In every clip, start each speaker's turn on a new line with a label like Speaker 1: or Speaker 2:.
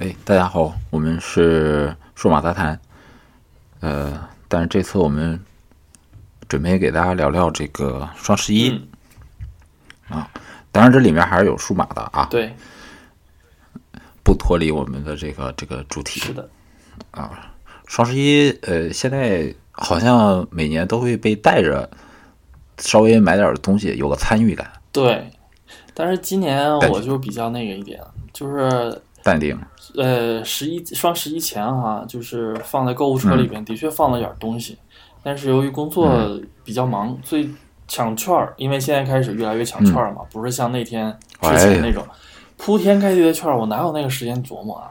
Speaker 1: 哎大家好，我们是数码杂谈。呃，但是这次我们准备给大家聊聊这个双十一、
Speaker 2: 嗯
Speaker 1: 啊，当然这里面还是有数码的啊，
Speaker 2: 对，
Speaker 1: 不脱离我们的这个这个主题。
Speaker 2: 是的，
Speaker 1: 双十一，呃，现在好像每年都会被带着稍微买点东西，有个参与感，
Speaker 2: 对。但是今年
Speaker 1: 感
Speaker 2: 我就比较那个一点，就是
Speaker 1: 淡定。
Speaker 2: 呃，十一双十一前哈、就是放在购物车
Speaker 1: 嗯
Speaker 2: 里边，的确放了点东西，但是由于工作比较忙，所以抢券儿，因为现在开始越来越抢券
Speaker 1: 嗯
Speaker 2: 儿嘛，不是像那天之
Speaker 1: 哎
Speaker 2: 前那种、铺天盖地的券儿，我哪有那个时间琢磨啊？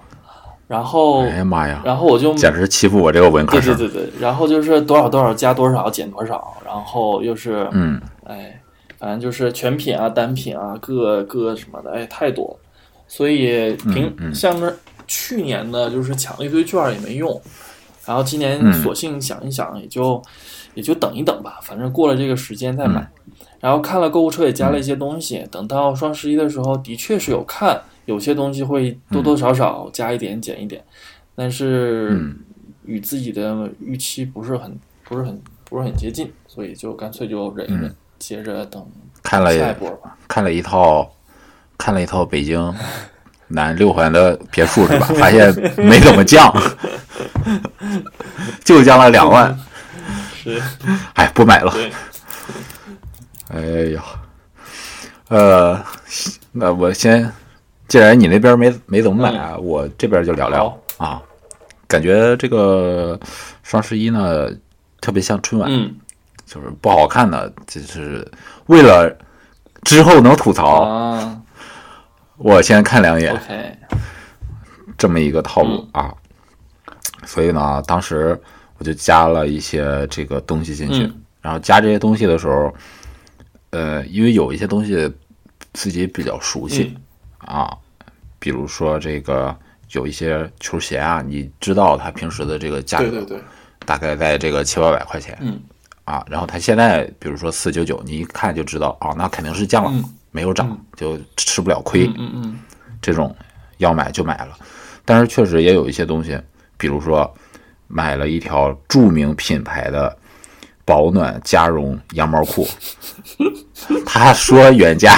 Speaker 2: 然后，
Speaker 1: 哎呀妈呀，
Speaker 2: 哦然后我就
Speaker 1: 简直欺负我这个文科
Speaker 2: 对对
Speaker 1: 生。
Speaker 2: 对对，然后就是多少多少加多少减多少，然后又是
Speaker 1: 嗯，
Speaker 2: 哎，反正就是全品啊、单品啊、各各什么的，哎，太多了。所以平、像那去年的，就是抢了一堆券儿也没用，然后今年
Speaker 1: 嗯
Speaker 2: 索性想一想，也就、也就等一等吧，反正过了这个时间再买。
Speaker 1: 嗯
Speaker 2: 然后看了购物车也加了一些东西，等到双十一的时候，的确是有看有些东西会多多少少加一点减一点，但是
Speaker 1: 嗯
Speaker 2: 与自己的预期不是很不是很不是很接近，所以就干脆就忍一
Speaker 1: 嗯
Speaker 2: 忍，接着等
Speaker 1: 看了
Speaker 2: 下一波吧。
Speaker 1: 看了一套，看了一套北京 南六环的别墅是吧？ 发现没怎么降， 就降了两万。
Speaker 2: 是，
Speaker 1: 哎，不买了。
Speaker 2: 对，
Speaker 1: 哎呀，呃，那我先，既然你那边没没怎么买啊，
Speaker 2: 嗯
Speaker 1: 我这边就聊聊啊。感觉这个双十一呢，特别像春晚，
Speaker 2: 嗯
Speaker 1: 就是不好看的，就是为了之后能吐槽，
Speaker 2: 啊
Speaker 1: 我先看两眼。
Speaker 2: ，OK，
Speaker 1: 这么一个套路
Speaker 2: 嗯
Speaker 1: 啊。所以呢，当时我就加了一些这个东西进去，
Speaker 2: 嗯
Speaker 1: 然后加这些东西的时候，呃，因为有一些东西自己比较熟悉、
Speaker 2: 嗯
Speaker 1: 啊，比如说这个有一些球鞋啊，你知道它平时的这个价
Speaker 2: 对
Speaker 1: 格
Speaker 2: 对对，
Speaker 1: 大概在这个七八百块钱，
Speaker 2: 嗯
Speaker 1: 啊，然后它现在比如说四九九，你一看就知道啊，那肯定是降了，
Speaker 2: 嗯
Speaker 1: 没有涨，就吃不了亏。
Speaker 2: 嗯嗯嗯，
Speaker 1: 这种要买就买了。但是确实也有一些东西，比如说买了一条著名品牌的保暖加绒羊毛 裤，他说原价，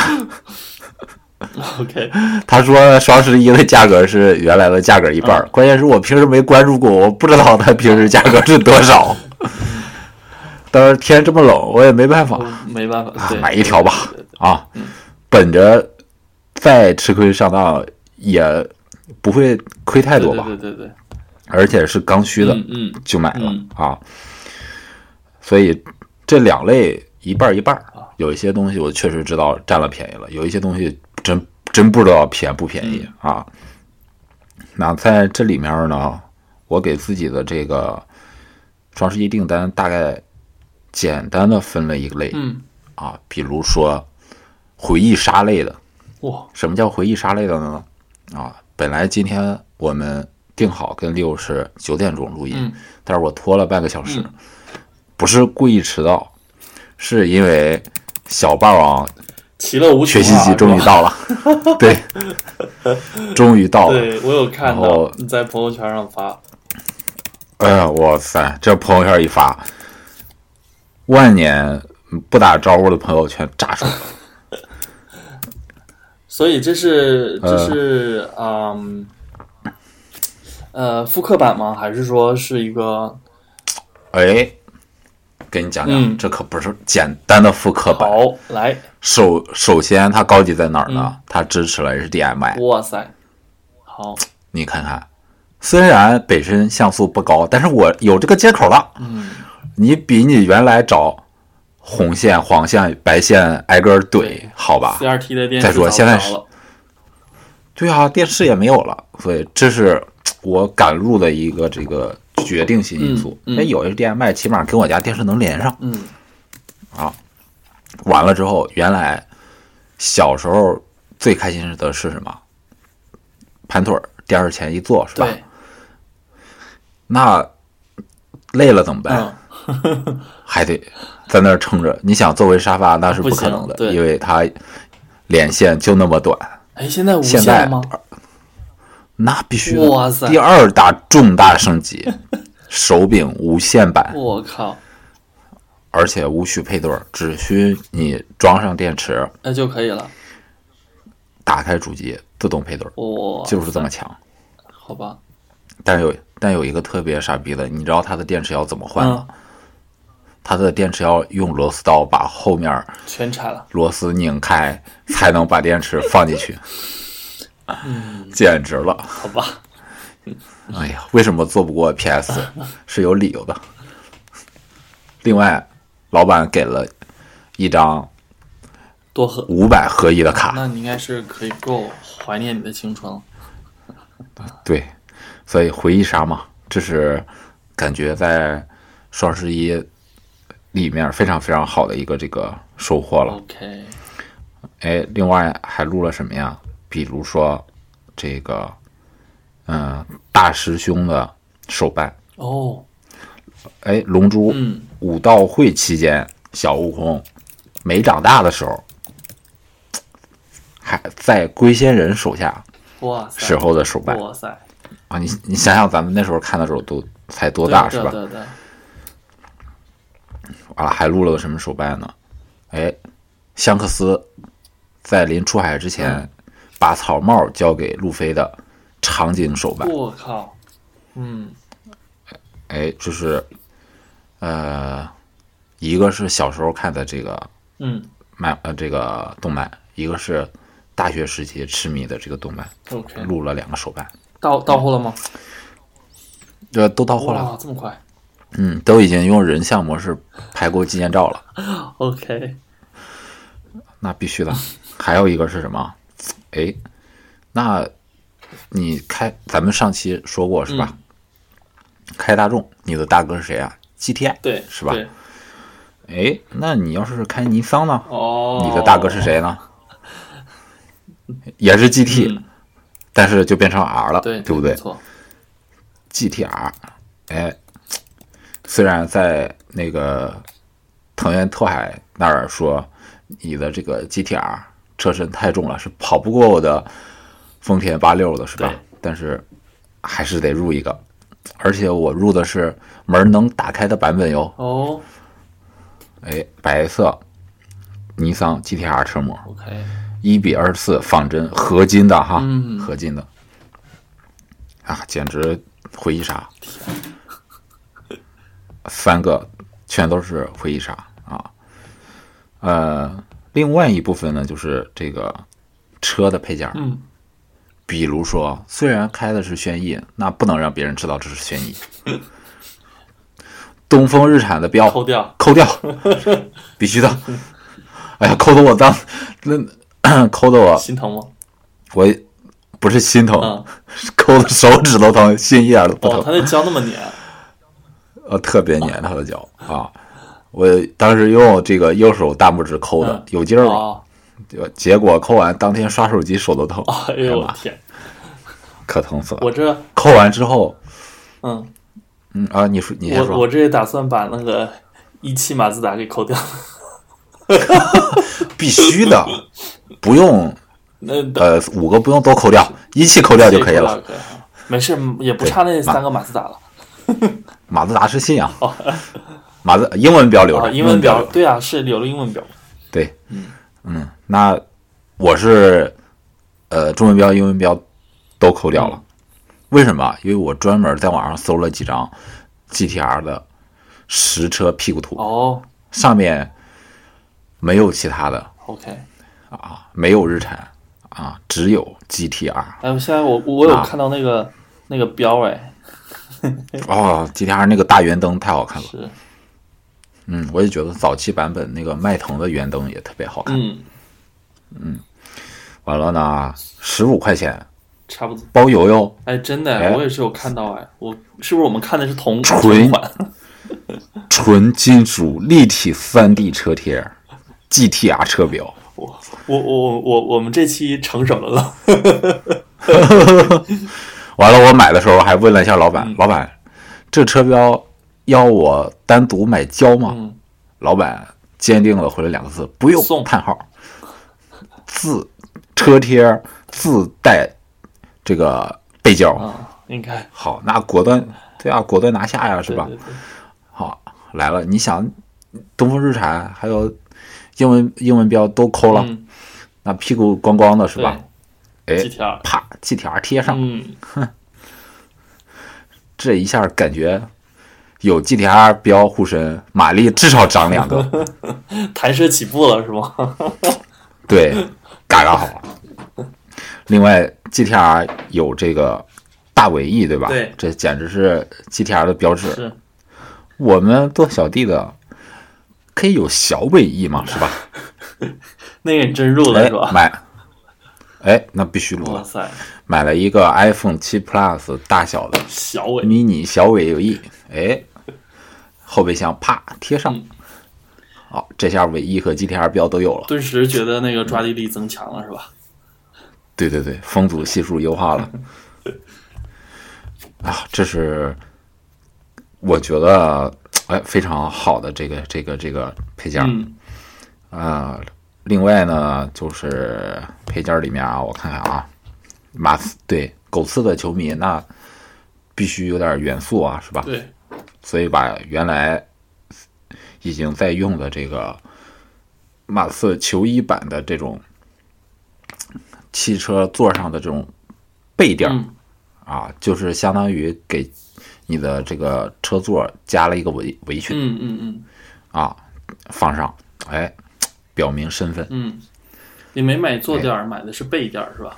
Speaker 2: OK，
Speaker 1: 他说双十一的价格是原来的价格一半
Speaker 2: 嗯
Speaker 1: 儿，关键是我平时没关注过，我不知道它平时价格是多少。 但是天这么冷，我也没办法。
Speaker 2: 没办法，
Speaker 1: 啊
Speaker 2: 对，
Speaker 1: 买一条吧
Speaker 2: 对，对对
Speaker 1: 啊，本着再吃亏上当也不会亏太多吧，
Speaker 2: 对对对对，
Speaker 1: 而且是刚需的
Speaker 2: 嗯嗯，
Speaker 1: 就买了、
Speaker 2: 嗯
Speaker 1: 啊。所以这两类一半儿一半儿，有一些东西我确实知道占了便宜了，有一些东西真真不知道便不便宜、
Speaker 2: 嗯
Speaker 1: 啊。那在这里面呢，我给自己的这个双十一订单大概简单的分了一个类，
Speaker 2: 嗯，
Speaker 1: 啊，比如说回忆杀类的。
Speaker 2: 哇，
Speaker 1: 什么叫回忆杀类的呢？啊，本来今天我们定好跟六是九点钟录音，
Speaker 2: 嗯
Speaker 1: 但是我拖了半个小时，
Speaker 2: 嗯
Speaker 1: 不是故意迟到，是因为小霸王
Speaker 2: 其乐无穷
Speaker 1: 学
Speaker 2: 啊，
Speaker 1: 习机终于
Speaker 2: 是吧
Speaker 1: 到了， 对，终于到了。
Speaker 2: 对我有看
Speaker 1: 然
Speaker 2: 到
Speaker 1: 后
Speaker 2: 你在朋友圈上发，
Speaker 1: 哎呀，哇塞，这朋友圈一发，万年不打招呼的朋友全 炸手了。
Speaker 2: 所以这是这
Speaker 1: 呃
Speaker 2: 是嗯呃复刻版吗？还是说是一个
Speaker 1: 哎，给你讲讲，
Speaker 2: 嗯
Speaker 1: 这可不是简单的复刻版。
Speaker 2: 好来？
Speaker 1: 首首先，它高级在哪儿呢？
Speaker 2: 嗯
Speaker 1: 它支持了 HDMI。
Speaker 2: 哇塞，好，
Speaker 1: 你看看，虽然本身像素不高，但是我有这个接口了。
Speaker 2: 嗯，
Speaker 1: 你比你原来找红线、黄线、白线挨个儿怼
Speaker 2: 对，
Speaker 1: 好吧？
Speaker 2: c r t 的电视
Speaker 1: 再说
Speaker 2: 找不
Speaker 1: 现在
Speaker 2: 着
Speaker 1: 是
Speaker 2: 了
Speaker 1: 对啊，电视也没有了，所以这是我赶路的一个这个决定性因素。
Speaker 2: 嗯嗯
Speaker 1: 那有 HDMI，起码跟我家电视能连上。
Speaker 2: 嗯
Speaker 1: 完了之后，原来小时候最开心的是什么？盘腿儿，电视前一坐是吧？哎
Speaker 2: 对，
Speaker 1: 那累了怎么办？
Speaker 2: 嗯
Speaker 1: 还得在那儿撑着。你想作为沙发，那是
Speaker 2: 不行
Speaker 1: 可能的，
Speaker 2: 对
Speaker 1: 因为它连线就那么短。
Speaker 2: 哎，现在无
Speaker 1: 现
Speaker 2: 线
Speaker 1: 在
Speaker 2: 了吗？
Speaker 1: 那必须的。
Speaker 2: 哇塞
Speaker 1: 第二大重大升级，手柄无线版，
Speaker 2: 我靠，
Speaker 1: 而且无需配对儿，只需你装上电池，
Speaker 2: 那就可以了。
Speaker 1: 打开主机自动配对儿，
Speaker 2: 哇，
Speaker 1: 就是这么强。
Speaker 2: 好吧，
Speaker 1: 但有但有一个特别傻逼的，你知道它的电池要怎么换吗？
Speaker 2: 嗯，
Speaker 1: 它的电池要用螺丝刀把后面
Speaker 2: 嗯全拆了。
Speaker 1: 螺丝拧开，才能把电池放进去。简直了！
Speaker 2: 好吧，
Speaker 1: 哎呀，为什么做不过 PS 是有理由的。另外，老板给了一张
Speaker 2: 多喝。
Speaker 1: 五百合一的卡，
Speaker 2: 那你应该是可以够怀念你的青春了。
Speaker 1: 对，所以回忆杀嘛，这是感觉在双十一里面非常非常好的一个这个收获了。
Speaker 2: OK，
Speaker 1: 哎，另外还录了什么呀？比如说这个，嗯，大师兄的手办，
Speaker 2: 哦，
Speaker 1: 哎，龙珠
Speaker 2: 嗯，
Speaker 1: 武道会期间，小悟空没长大的时候，还在龟仙人手下
Speaker 2: 哇塞，
Speaker 1: 时候的手办
Speaker 2: 哇塞，
Speaker 1: 啊！你你想想，咱们那时候看的时候都才多
Speaker 2: 对
Speaker 1: 大
Speaker 2: 对
Speaker 1: 是吧？
Speaker 2: 对对，
Speaker 1: 啊，还录了个什么手办呢？哎，香克斯在临出海之
Speaker 2: 嗯
Speaker 1: 前，把草帽交给路飞的场景手办。
Speaker 2: 我靠，嗯，
Speaker 1: 哎，就是，呃，一个是小时候看的这个
Speaker 2: 嗯
Speaker 1: 漫呃这个动漫，一个是大学时期痴迷的这个动漫，
Speaker 2: ，OK，
Speaker 1: 录了两个手办，
Speaker 2: 到到货了吗？
Speaker 1: 这都到货了，
Speaker 2: 哇，这么快
Speaker 1: 嗯，都已经用人像模式拍过纪念照了，
Speaker 2: ？OK，
Speaker 1: 那必 须的。还有一个是什么？哎，那你开咱们上期说过是吧？
Speaker 2: 嗯
Speaker 1: 开大众，你的大哥是谁啊？GTI
Speaker 2: 对，
Speaker 1: 是吧
Speaker 2: 对，
Speaker 1: 哎，那你要是开尼桑呢？
Speaker 2: 哦，
Speaker 1: 你的大哥是？谁呢？也是 GT，、
Speaker 2: 嗯
Speaker 1: 但是就变成 R 了，
Speaker 2: 对，
Speaker 1: 不对
Speaker 2: 没？错，
Speaker 1: GTR，哎，虽然在那个藤原拓海那儿说你的这个 GTR 车身太重了，是跑不过我的丰田八六的，是吧
Speaker 2: 对？
Speaker 1: 但是还是得入一个，而且我入的是门能打开的版本哟，
Speaker 2: 哦
Speaker 1: 哎，白色尼桑 GTR 车模，
Speaker 2: ，OK，
Speaker 1: 一比二十四仿真合金的哈，
Speaker 2: 嗯
Speaker 1: 合金的啊，简直回忆杀，三个全都是回忆杀啊。呃，另外一部分呢，就是这个车的配件儿，
Speaker 2: 嗯，
Speaker 1: 比如说，虽然开的是轩逸，那不能让别人知道这是轩逸。东风日产的标
Speaker 2: 抠掉，
Speaker 1: 抠掉， 必须的。哎呀，抠的我当那 抠的我
Speaker 2: 心疼吗？
Speaker 1: 我不是心疼，
Speaker 2: 嗯，
Speaker 1: 抠的手指头疼，心一点都哦不
Speaker 2: 哦，
Speaker 1: 疼，
Speaker 2: 他那胶那么黏，
Speaker 1: 呃，特别粘他的脚
Speaker 2: 哦
Speaker 1: 啊。我当时用这个右手大拇指抠的
Speaker 2: 嗯，
Speaker 1: 有劲儿了。
Speaker 2: 哦，
Speaker 1: 结果抠完当天刷手机手都疼，
Speaker 2: 哎
Speaker 1: 哎呀
Speaker 2: 呦我
Speaker 1: 妈
Speaker 2: 天，
Speaker 1: 可疼死了。
Speaker 2: 我这，
Speaker 1: 抠完之后，
Speaker 2: 嗯，
Speaker 1: 嗯啊，你说你先
Speaker 2: 我
Speaker 1: 说，
Speaker 2: 我这也打算把那个一汽马自达给抠掉，
Speaker 1: 必须的，不用
Speaker 2: 那
Speaker 1: 呃五个不用都抠掉，一气抠掉就可以了。
Speaker 2: 可以了。没事，也不差那三个马自达了。
Speaker 1: 马自达是信仰，马自英文标留
Speaker 2: 啊，
Speaker 1: 着，
Speaker 2: 哦英文
Speaker 1: 标
Speaker 2: 表对啊，是留了英文表。
Speaker 1: 对，嗯那我是呃中文标、英文标都抠掉了，为什么？因为我专门在网上搜了几张 GTR 的实车屁股图，
Speaker 2: 哦
Speaker 1: 上面没有其他的，
Speaker 2: ，OK。
Speaker 1: 没有日产啊，只有 GTR
Speaker 2: 哎，我现在我我有
Speaker 1: 啊
Speaker 2: 看到那个那个标哎，
Speaker 1: 哦，GTR 那个大圆灯太好看了，
Speaker 2: 是
Speaker 1: 嗯，我也觉得早期版本那个迈腾的圆灯也特别好看。
Speaker 2: 嗯，
Speaker 1: 完了呢，十五块钱
Speaker 2: 差不多。
Speaker 1: 包邮哟，
Speaker 2: 哎，真的
Speaker 1: 哎
Speaker 2: 哎，我也是有看到哎，我是不是我们看的是同
Speaker 1: 纯
Speaker 2: 同款？
Speaker 1: 纯金属立体三 D 车贴，GTR 车标，
Speaker 2: 我我我我我们这期成什么了？
Speaker 1: 完了，我买的时候还问了一下老
Speaker 2: 嗯
Speaker 1: 板，老板，这车标要我单独买胶吗？
Speaker 2: 嗯
Speaker 1: 老板坚定了回了两个字：不用。
Speaker 2: 送
Speaker 1: 叹号。自车贴自带这个被交。
Speaker 2: 啊， 应该
Speaker 1: 好，那果断，对啊，果断拿下呀，是吧？
Speaker 2: 对对对
Speaker 1: 好，来了，你想，东风日产还有英文英文标都抠了，
Speaker 2: 嗯，
Speaker 1: 那屁股光光的是
Speaker 2: 对
Speaker 1: 吧？哎，
Speaker 2: ？GTR，
Speaker 1: 啪，系条贴上，
Speaker 2: 嗯，
Speaker 1: 这一下感觉有 GTR 标护身，马力至少涨两 个，
Speaker 2: 弹射起步了是吗？
Speaker 1: 对，嘎嘎好。另外，GTR 有这个大尾翼，对吧？
Speaker 2: 对
Speaker 1: 这简直是 GTR 的标志。
Speaker 2: 是，
Speaker 1: 我们做小弟的可以有小尾翼嘛，是吧？
Speaker 2: 那个你真入了
Speaker 1: 哎
Speaker 2: 嗯是，吧？嗯
Speaker 1: 买，哎，那必须录
Speaker 2: 哇
Speaker 1: 了。
Speaker 2: 塞，
Speaker 1: 买了一个 iPhone 七 Plus 大小的
Speaker 2: 小尾，
Speaker 1: mini 小尾翼，哎，后备箱啪贴上
Speaker 2: 嗯，
Speaker 1: 好、这下尾翼和 GTR 标都有了。
Speaker 2: 顿时觉得那个抓地力增强了是吧？
Speaker 1: 对对对，风阻系数优化 了。啊，这是我觉得哎非常好的这个这个这个配件儿
Speaker 2: 嗯，
Speaker 1: 啊、另外呢，就是配件儿里面啊，我看看啊，马斯对狗刺的球迷那必须有点元素啊，是吧？
Speaker 2: 对，
Speaker 1: 所以把原来已经在用的这个马刺球衣版的这种汽车座上的这种背垫儿、
Speaker 2: 嗯
Speaker 1: 啊，就是相当于给你的这个车座加了一个围围裙、
Speaker 2: 嗯嗯嗯
Speaker 1: 啊，放上，哎，表明身份
Speaker 2: 嗯，你没买
Speaker 1: 哎
Speaker 2: 坐垫儿，买的是背垫儿是吧？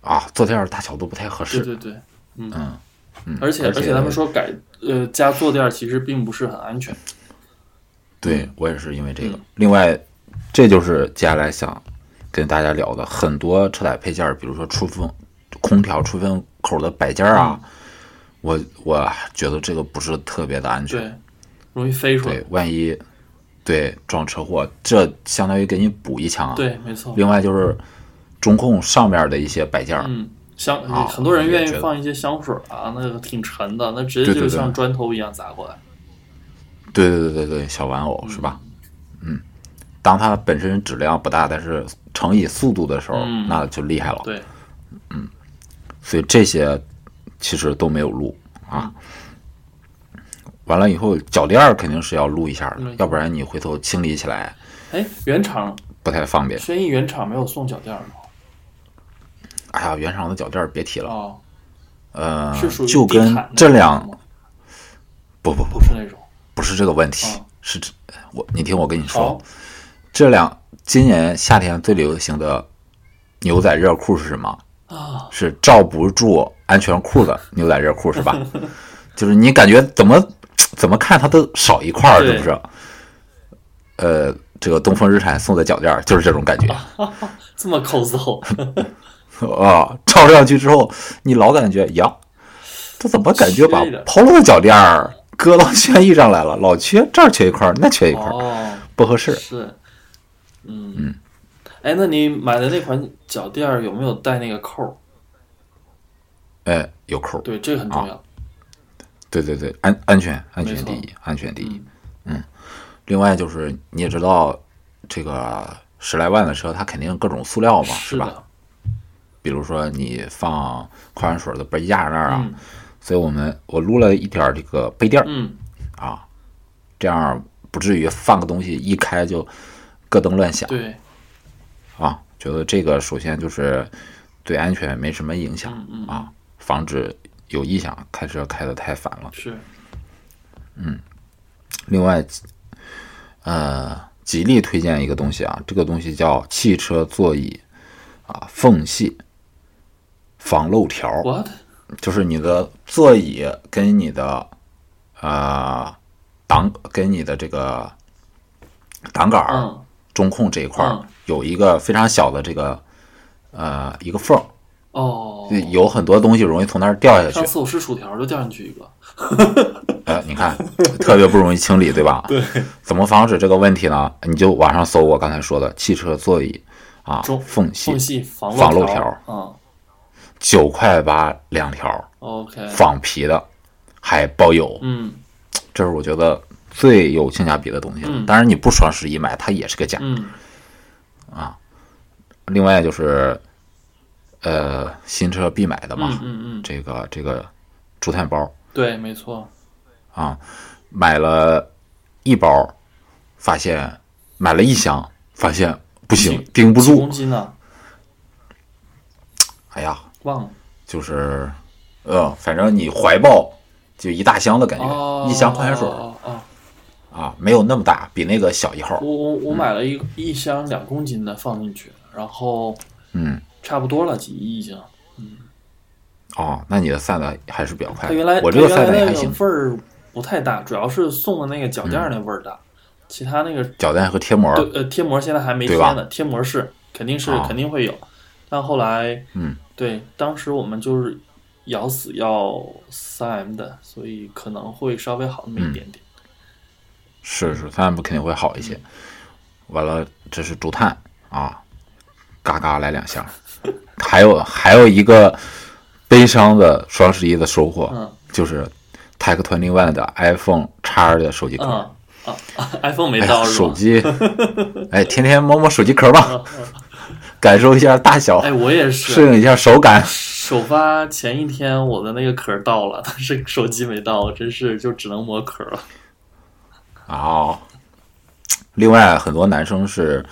Speaker 1: 啊，坐垫儿大小都不太合
Speaker 2: 对
Speaker 1: 适，
Speaker 2: 对对，
Speaker 1: 嗯嗯，
Speaker 2: 而且
Speaker 1: 而
Speaker 2: 而且他们说改呃加坐垫儿其实并不是很安全。
Speaker 1: 对我也是因为这个。另外，这就是接下来想跟大家聊的很多车载配件儿，比如说出风、空调出风口的摆件儿啊，我我觉得这个不是特别的安全。
Speaker 2: 对，容易飞出来。
Speaker 1: 对，万一对撞车祸，这相当于给你补一枪啊。
Speaker 2: 对，没错。
Speaker 1: 另外就是中控上面的一些摆件儿，
Speaker 2: 嗯，香、
Speaker 1: 啊
Speaker 2: 很多人愿
Speaker 1: 我也
Speaker 2: 意
Speaker 1: 觉得
Speaker 2: 放一些香水啊，那个挺沉的，那直接
Speaker 1: 对对
Speaker 2: 就
Speaker 1: 对
Speaker 2: 像砖头一样砸过来。
Speaker 1: 对对对对对，小玩偶是吧？嗯，当它本身质量不大，但是乘以速度的时候，
Speaker 2: 嗯
Speaker 1: 那就厉害了。嗯
Speaker 2: 对，
Speaker 1: 所以这些其实都没有录啊。完了以后，脚垫儿肯定是要录一下的
Speaker 2: 嗯，
Speaker 1: 要不然你回头清理起来
Speaker 2: 哎，原厂
Speaker 1: 不太方便。
Speaker 2: 轩逸原厂没有送脚垫儿吗？
Speaker 1: 哎呀，原厂的脚垫儿别提了，
Speaker 2: 哦，
Speaker 1: 呃
Speaker 2: 是属，
Speaker 1: 啊
Speaker 2: 于
Speaker 1: 就
Speaker 2: 地毯
Speaker 1: 跟
Speaker 2: 那
Speaker 1: 这
Speaker 2: 种
Speaker 1: 两
Speaker 2: 吗
Speaker 1: 不不不
Speaker 2: 不是那种。
Speaker 1: 不是这个问题
Speaker 2: 哦，
Speaker 1: 是这我你听我跟你说
Speaker 2: 好，，
Speaker 1: 这两今年夏天最流行的牛仔热裤是什么？
Speaker 2: 啊，
Speaker 1: 是罩不住安全裤的牛仔热裤是吧？ 就是你感觉怎么怎么看它都少一块儿，
Speaker 2: 对
Speaker 1: 是不是？呃，这个东风日产送的脚垫儿就是这种感觉
Speaker 2: 这么 抠搜，哦
Speaker 1: 啊，罩上去之后，你老感觉呀，这怎么感觉把
Speaker 2: 缺的
Speaker 1: Polo 的脚垫儿搁到 轩逸上来了？老缺这儿缺一块儿，那缺一块儿，
Speaker 2: 哦，
Speaker 1: 不合适。
Speaker 2: 是，嗯嗯。哎，那你买的那款脚垫儿有没有带那个扣儿？
Speaker 1: 哎，有扣儿，
Speaker 2: 对，这个很
Speaker 1: 啊
Speaker 2: 重要。
Speaker 1: 对对对，安安全安全
Speaker 2: 没错
Speaker 1: 第一，安全第一。
Speaker 2: 嗯
Speaker 1: 另外就是你也知道，这个十来万的车，它肯定各种塑料嘛，是
Speaker 2: 是
Speaker 1: 吧？
Speaker 2: 的，
Speaker 1: 比如说你放矿泉水的杯架那儿啊，
Speaker 2: 嗯
Speaker 1: 所以我们我撸了一点儿这个杯垫儿、
Speaker 2: 嗯，
Speaker 1: 啊，这样不至于放个东西一开就咯噔乱响
Speaker 2: 对，
Speaker 1: 啊。觉得这个首先就是对安全没什么影响、
Speaker 2: 嗯嗯
Speaker 1: 啊，防止有异响，开车开得太烦了。
Speaker 2: 是，
Speaker 1: 另外，呃，极力推荐一个东西啊，这个东西叫汽车座椅啊缝隙防漏条，
Speaker 2: what
Speaker 1: 就是你的座椅跟你的呃挡跟你的这个挡杆儿、
Speaker 2: 嗯
Speaker 1: 中控这一块儿
Speaker 2: 嗯
Speaker 1: 有一个非常小的这个呃一个缝儿，
Speaker 2: 哦，
Speaker 1: 就有很多东西容易从那儿掉下去
Speaker 2: 上。次我吃薯条就掉进去一个，
Speaker 1: 哎，你看，特别不容易清理，对吧？对。怎么防止这个问题呢？你就网上搜我刚才说的汽车座椅啊
Speaker 2: 中
Speaker 1: 缝隙
Speaker 2: 缝，隙防
Speaker 1: 防漏
Speaker 2: 漏
Speaker 1: 条
Speaker 2: 条，嗯
Speaker 1: 九块八两条，
Speaker 2: ，OK，
Speaker 1: 仿皮的，还包邮，
Speaker 2: 嗯
Speaker 1: 这是我觉得最有性价比的东西了。
Speaker 2: 嗯
Speaker 1: 当然，你不双十一买，它也是个价。
Speaker 2: 嗯
Speaker 1: 另外就是，呃新车必买的嘛，
Speaker 2: 嗯嗯嗯，
Speaker 1: 这个这个竹炭包
Speaker 2: 对，没错，
Speaker 1: 啊，买了一包，发现买了一箱，发现不行，顶不
Speaker 2: 几公
Speaker 1: 住，
Speaker 2: 斤呢？
Speaker 1: 哎呀，
Speaker 2: 忘了，
Speaker 1: 就是呃，反正你怀抱就一大箱的感觉，
Speaker 2: 哦，
Speaker 1: 一箱矿泉水儿
Speaker 2: 哦哦哦，
Speaker 1: 啊，没有那么大，比那个小一号
Speaker 2: 我，我我买了一一箱两公斤的放进去，然后
Speaker 1: 嗯，
Speaker 2: 差不多了，几亿已经。
Speaker 1: 哦，那你的散的还是比较快
Speaker 2: 它原来
Speaker 1: 哎的，我这个
Speaker 2: 它
Speaker 1: 散的也
Speaker 2: 原来
Speaker 1: 还
Speaker 2: 那个
Speaker 1: 行，
Speaker 2: 味儿不太大，主要是送的那个脚垫儿那味儿
Speaker 1: 嗯
Speaker 2: 大，其他那个
Speaker 1: 脚垫和贴膜，
Speaker 2: 对呃贴膜现在还没贴
Speaker 1: 对
Speaker 2: 呢，贴膜是肯定是、
Speaker 1: 啊
Speaker 2: 肯定会有，但后来
Speaker 1: 嗯
Speaker 2: 对当时我们就是咬死要三 M 的，所以可能会稍微好那么一点点。
Speaker 1: 是是，三 M 肯定会好一些。完了，这是竹炭啊，嘎嘎来两下。还有还有一个悲伤的双十一的收获，
Speaker 2: 嗯
Speaker 1: 就是 Tech Twenty One 的 iPhone X 的手机
Speaker 2: 嗯
Speaker 1: 壳。
Speaker 2: 啊啊，iPhone 没
Speaker 1: 哎
Speaker 2: 到
Speaker 1: 呀，
Speaker 2: 是
Speaker 1: 手
Speaker 2: 吧？
Speaker 1: 机，哎，天天摸摸手机壳吧，
Speaker 2: 嗯嗯
Speaker 1: 感受一下大小，
Speaker 2: 哎，我也
Speaker 1: 适
Speaker 2: 是。嗯
Speaker 1: 应一下手感。
Speaker 2: 首发前一天，我的那个壳到了，但是手机没到，真是就只能磨壳了。
Speaker 1: 哦，另外很多男生是，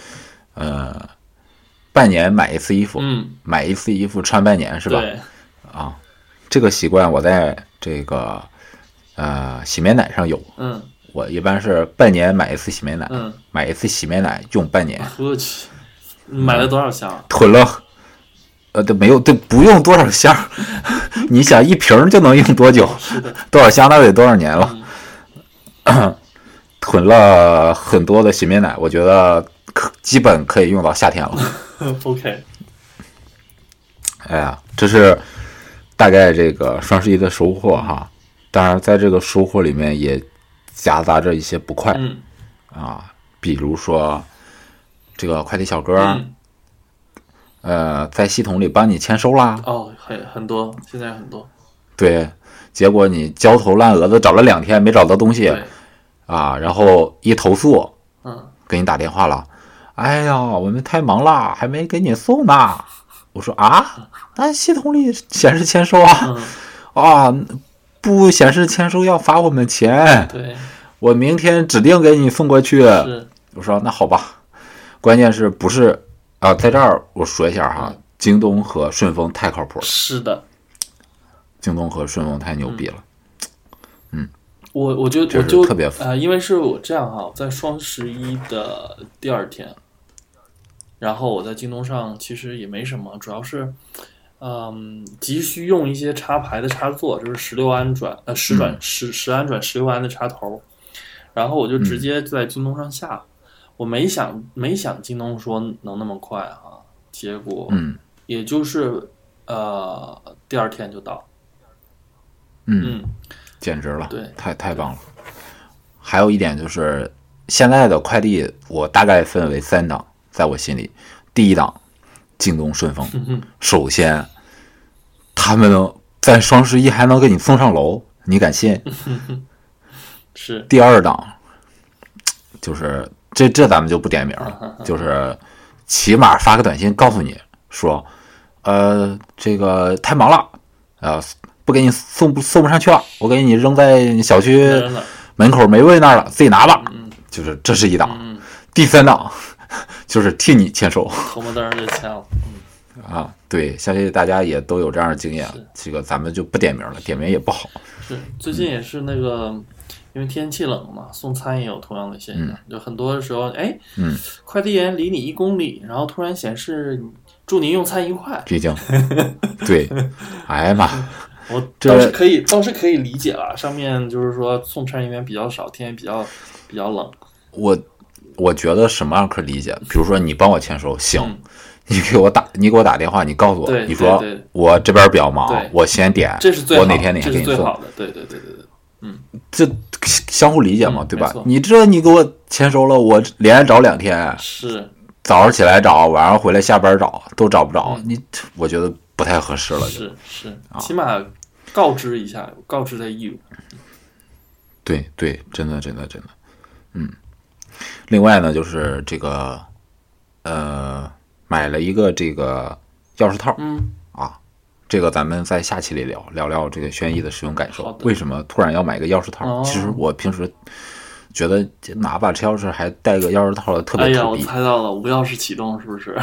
Speaker 1: 呃，半年买一次衣服，
Speaker 2: 嗯，
Speaker 1: 买一次衣服穿半年是吧？
Speaker 2: 对，
Speaker 1: 这个习惯我在这个呃洗面奶上有，
Speaker 2: 嗯
Speaker 1: 我一般是半年买一次洗面奶，
Speaker 2: 嗯，
Speaker 1: 买一次洗面奶用半年，
Speaker 2: 我去，买了多少箱 啊？
Speaker 1: 囤了，呃，对，没有，对，不用多少箱儿， 你想一瓶儿就能用多久？
Speaker 2: 是的，
Speaker 1: 多少箱那得多少年了？囤了很多的洗面奶，我觉得可基本可以用到夏天了。
Speaker 2: OK，
Speaker 1: 哎呀，这是大概这个双十一的收获哈。当然，在这个收获里面也夹杂着一些不快，
Speaker 2: 嗯
Speaker 1: 啊，比如说这个快递小哥，
Speaker 2: 嗯，
Speaker 1: 呃，在系统里帮你签收啦，
Speaker 2: 哦，很很多，现在很多，
Speaker 1: 对，结果你焦头烂额的找了两天没找到东西
Speaker 2: 对，
Speaker 1: 啊，然后一投诉
Speaker 2: 嗯，
Speaker 1: 给你打电话了，哎呀，我们太忙了，还没给你送呢。我说啊，那系统里显示签收啊，
Speaker 2: 嗯，
Speaker 1: 啊，不显示签收要罚我们钱，
Speaker 2: 对，
Speaker 1: 我明天指定给你送过去。
Speaker 2: 是，
Speaker 1: 我说那好吧，关键是不是啊、在这儿我说一下哈，
Speaker 2: 嗯
Speaker 1: 京东和顺丰太靠谱了，
Speaker 2: 是的，
Speaker 1: 京东和顺丰太牛逼了。
Speaker 2: 我我就
Speaker 1: 这
Speaker 2: 嗯我
Speaker 1: 是
Speaker 2: 就
Speaker 1: 特别
Speaker 2: 呃，因为是我这样哈，在双十一的第二天，然后我在京东上其实也没什么，主要是嗯，急需用一些插排的插座，就是十六安转呃十转
Speaker 1: 嗯
Speaker 2: 十十安转十六安的插头，然后我就
Speaker 1: 嗯
Speaker 2: 直接在京东上下了，我没想没想京东说能那么快啊，结果
Speaker 1: 嗯
Speaker 2: 也就是呃第二天就到，
Speaker 1: 嗯，
Speaker 2: 嗯
Speaker 1: 简直了，
Speaker 2: 对
Speaker 1: 太太棒了。还有一点就是，现在的快递我大概分为三档，在我心里，第一档京东、顺丰，
Speaker 2: 哼哼
Speaker 1: 首先他们能在双十一还能给你送上楼，你敢信？
Speaker 2: 是
Speaker 1: 第二档，就是这这咱们就不点名 了，就是起码发个短信告诉你说，呃，这个太忙了，呃，不给你送不送不上去了，我给你扔在小区
Speaker 2: 没人了，
Speaker 1: 门口没位那儿了，自己拿吧。
Speaker 2: 嗯
Speaker 1: 就是这是一档，
Speaker 2: 嗯，
Speaker 1: 第三档 就是替你签收
Speaker 2: 头发灯儿就签了。
Speaker 1: 啊。对，相信大家也都有这样的经验
Speaker 2: 是，
Speaker 1: 这个咱们就不点名了，点名也不好。
Speaker 2: 是，最近也是那个，因为天气冷嘛，送餐也有同样的现象，就很多时候，哎，
Speaker 1: 嗯，
Speaker 2: 快递员离你一公里，然后突然显示祝您用餐愉快，
Speaker 1: 毕竟， 对，哎呀妈，
Speaker 2: 我
Speaker 1: 这
Speaker 2: 倒是可以，倒是可以理解了。上面就是说送餐人员比较少，天也比较比较冷，
Speaker 1: 我我觉得什么样可理解？比如说你帮我签收，行，
Speaker 2: 嗯
Speaker 1: 你给我打，你给我打电话，你告诉我，
Speaker 2: 对
Speaker 1: 你说
Speaker 2: 对对
Speaker 1: 我这边比较忙
Speaker 2: 对，
Speaker 1: 我先点，
Speaker 2: 这是最好
Speaker 1: 我
Speaker 2: 的，
Speaker 1: 哪天哪天
Speaker 2: 这
Speaker 1: 给
Speaker 2: 是
Speaker 1: 你
Speaker 2: 最
Speaker 1: 送，
Speaker 2: 好的，对对对对对，
Speaker 1: 这相互理解嘛，
Speaker 2: 嗯
Speaker 1: 对
Speaker 2: 没
Speaker 1: 吧
Speaker 2: 错？
Speaker 1: 你这你给我签收了，我连着找两天，
Speaker 2: 是
Speaker 1: 早上起来找，晚上回来下班找，都找不着，
Speaker 2: 嗯
Speaker 1: 你我觉得不太合适了，就是啊
Speaker 2: 是，起码告知一下，有告知的义务，
Speaker 1: 对对，真的真的真的，嗯。另外呢，就是这个，呃，买了一个这个钥匙套，
Speaker 2: 嗯，
Speaker 1: 这个咱们在下期里聊聊聊这个轩逸的使用感
Speaker 2: 好
Speaker 1: 受
Speaker 2: 的。
Speaker 1: 为什么突然要买个钥匙套？
Speaker 2: 哦
Speaker 1: 其实我平时觉得哪把车钥匙还带个钥匙套的特
Speaker 2: 哎
Speaker 1: 别
Speaker 2: 呀，
Speaker 1: 土
Speaker 2: 我
Speaker 1: 逼，
Speaker 2: 猜到了，无钥匙启动是不是？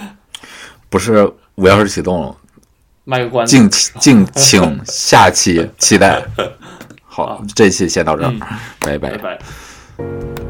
Speaker 1: 不是无钥匙启动，
Speaker 2: 卖个关子。
Speaker 1: 敬请敬请下期期待。好，这期先到这儿，
Speaker 2: 嗯
Speaker 1: 拜拜
Speaker 2: 拜拜。